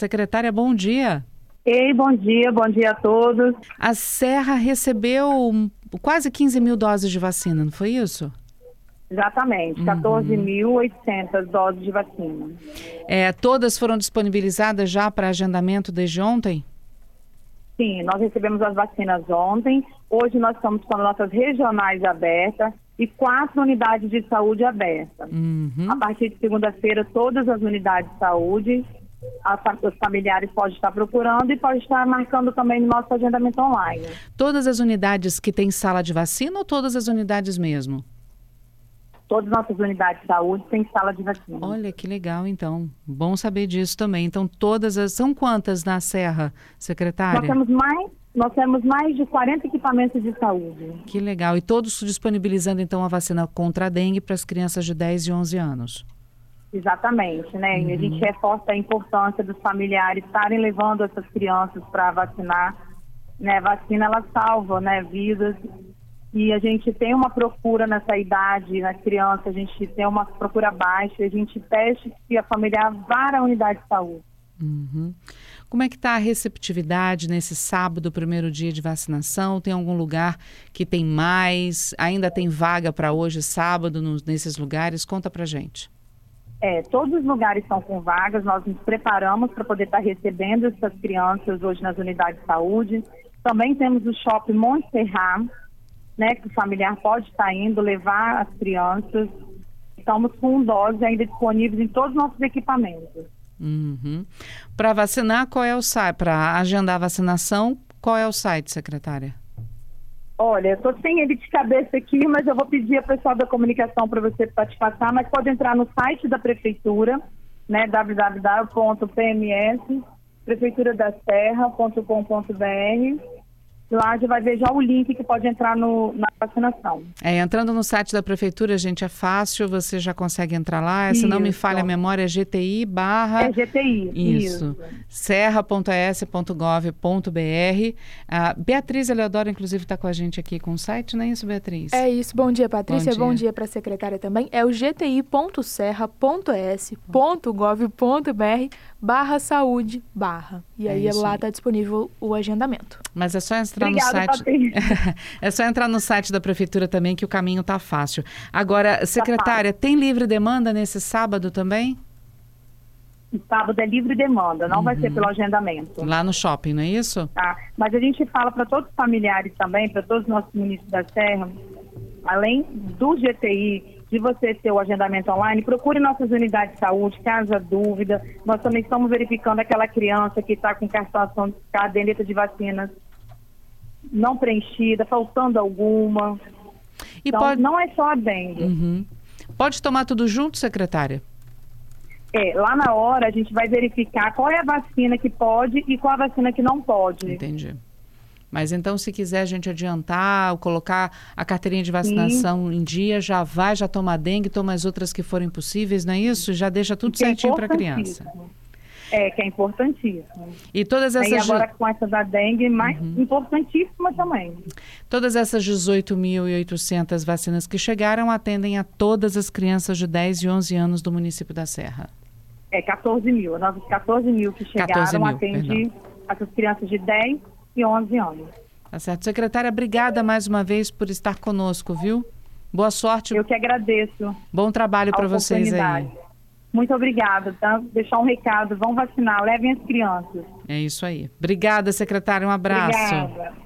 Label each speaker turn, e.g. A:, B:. A: Secretária, bom dia.
B: Ei, bom dia, bom dia a todos.
A: A Serra recebeu quase 15 mil doses de vacina, não foi isso?
B: Exatamente,
A: Uhum.
B: 14.800 doses de vacina.
A: É, todas foram disponibilizadas já para agendamento desde ontem?
B: Sim, nós recebemos as vacinas ontem. Hoje nós estamos com as nossas regionais abertas e quatro unidades de saúde abertas.
A: Uhum.
B: A partir de segunda-feira, todas as unidades de saúde, a fa- os familiares podem estar procurando e podem estar marcando também no nosso agendamento online.
A: Todas as unidades que têm sala de vacina ou todas as unidades mesmo?
B: Todas as nossas unidades de saúde têm sala de vacina.
A: Olha que legal, então. Bom saber disso também. Então, todas as. São quantas na Serra, secretária?
B: Nós temos mais, nós temos mais de 40 equipamentos de saúde.
A: Que legal. E todos disponibilizando, então, a vacina contra a dengue para as crianças de 10 e 11 anos.
B: Exatamente, né? E a gente reforça a importância dos familiares estarem levando essas crianças para vacinar. Né? Vacina ela salva, né, vidas. E a gente tem uma procura nessa idade, nas crianças, a gente tem uma procura baixa, a gente teste se a familiar vá à unidade de saúde.
A: Uhum. Como é que está a receptividade nesse sábado, primeiro dia de vacinação? Tem algum lugar que tem mais? Ainda tem vaga para hoje, sábado, no- nesses lugares? Conta pra gente.
B: É, todos os lugares estão com vagas, nós nos preparamos para poder estar recebendo essas crianças hoje nas unidades de saúde. Também temos o shopping Montserrat, né, que o familiar pode estar indo levar as crianças. Estamos com doses ainda disponíveis em todos os nossos equipamentos.
A: Para vacinar, qual é o site? Para agendar a vacinação, qual é o site, secretária?
B: Olha, eu estou sem ele de cabeça aqui, mas eu vou pedir ao pessoal da comunicação para você pra te passar, mas pode entrar no site da prefeitura, né, www.pms.prefeturadaserra.com.br. Lá já vai ver já o link que pode entrar no, na vacinação.
A: É, entrando no site da prefeitura, gente, é fácil, você já consegue entrar lá. Se não me
B: Isso.
A: falha a memória, é GTI barra.
B: É GTI.
A: Ah, Isso. serra.s.gov.br. A Beatriz Eleodoro, inclusive, está com a gente aqui com o site, não é isso, Beatriz?
C: É isso. Bom dia, Patrícia.
A: Bom
C: Bom
A: dia.
C: dia, para a secretária também. É o gti.serra.es.gov.br barra saúde barra. E
A: É
C: aí
A: isso
C: lá
A: aí.
C: está disponível o agendamento.
A: Mas é só entrar
B: Obrigada,
A: no site.
B: Patrícia.
A: é só entrar no site da prefeitura também que o caminho tá fácil.
B: Tá
A: Agora, secretária, tem livre demanda nesse sábado também?
B: Sábado é livre demanda, não vai ser
A: Uhum.
B: pelo agendamento.
A: Lá no shopping, não é isso?
B: tá? Mas a gente fala para todos os familiares também, para todos os nossos municípios da Serra, além do GTI, de você ter o agendamento online, procure nossas unidades de saúde, caso a dúvida. Nós também estamos verificando aquela criança que está com cartão caderneta de vacinas não preenchida, faltando alguma.
A: E
B: então,
A: pode,
B: não é só a dengue.
A: Uhum. pode tomar tudo junto, secretária?
B: É, lá na hora a gente vai verificar qual é a vacina que pode e qual a vacina que não pode.
A: Entendi. Mas então, se quiser a gente adiantar, ou colocar a carteirinha de vacinação em dia, já vai, já toma a dengue, toma as outras que forem possíveis, não é isso? Já deixa tudo
B: que é
A: certinho para a criança.
B: importantíssimo. É, que é importantíssimo.
A: E todas
B: E
A: essas,
B: agora com essa da dengue, mais
A: Uhum.
B: importantíssima também.
A: todas essas 18.800 vacinas que chegaram atendem a todas as crianças de 10 e 11 anos do município da Serra.
B: É 14 mil. Nós 14 mil que chegaram
A: 14 mil,
B: atende essas crianças de 10 e 11 anos.
A: Tá certo? Secretária, obrigada mais uma vez por estar conosco, viu? Boa sorte,
B: Eu que agradeço
A: bom trabalho
B: a
A: para vocês aí.
B: oportunidade. Muito obrigada. Tá? Deixar um recado. Vão vacinar. Levem as crianças.
A: É isso aí. Obrigada, secretária. Um abraço.
B: Obrigada.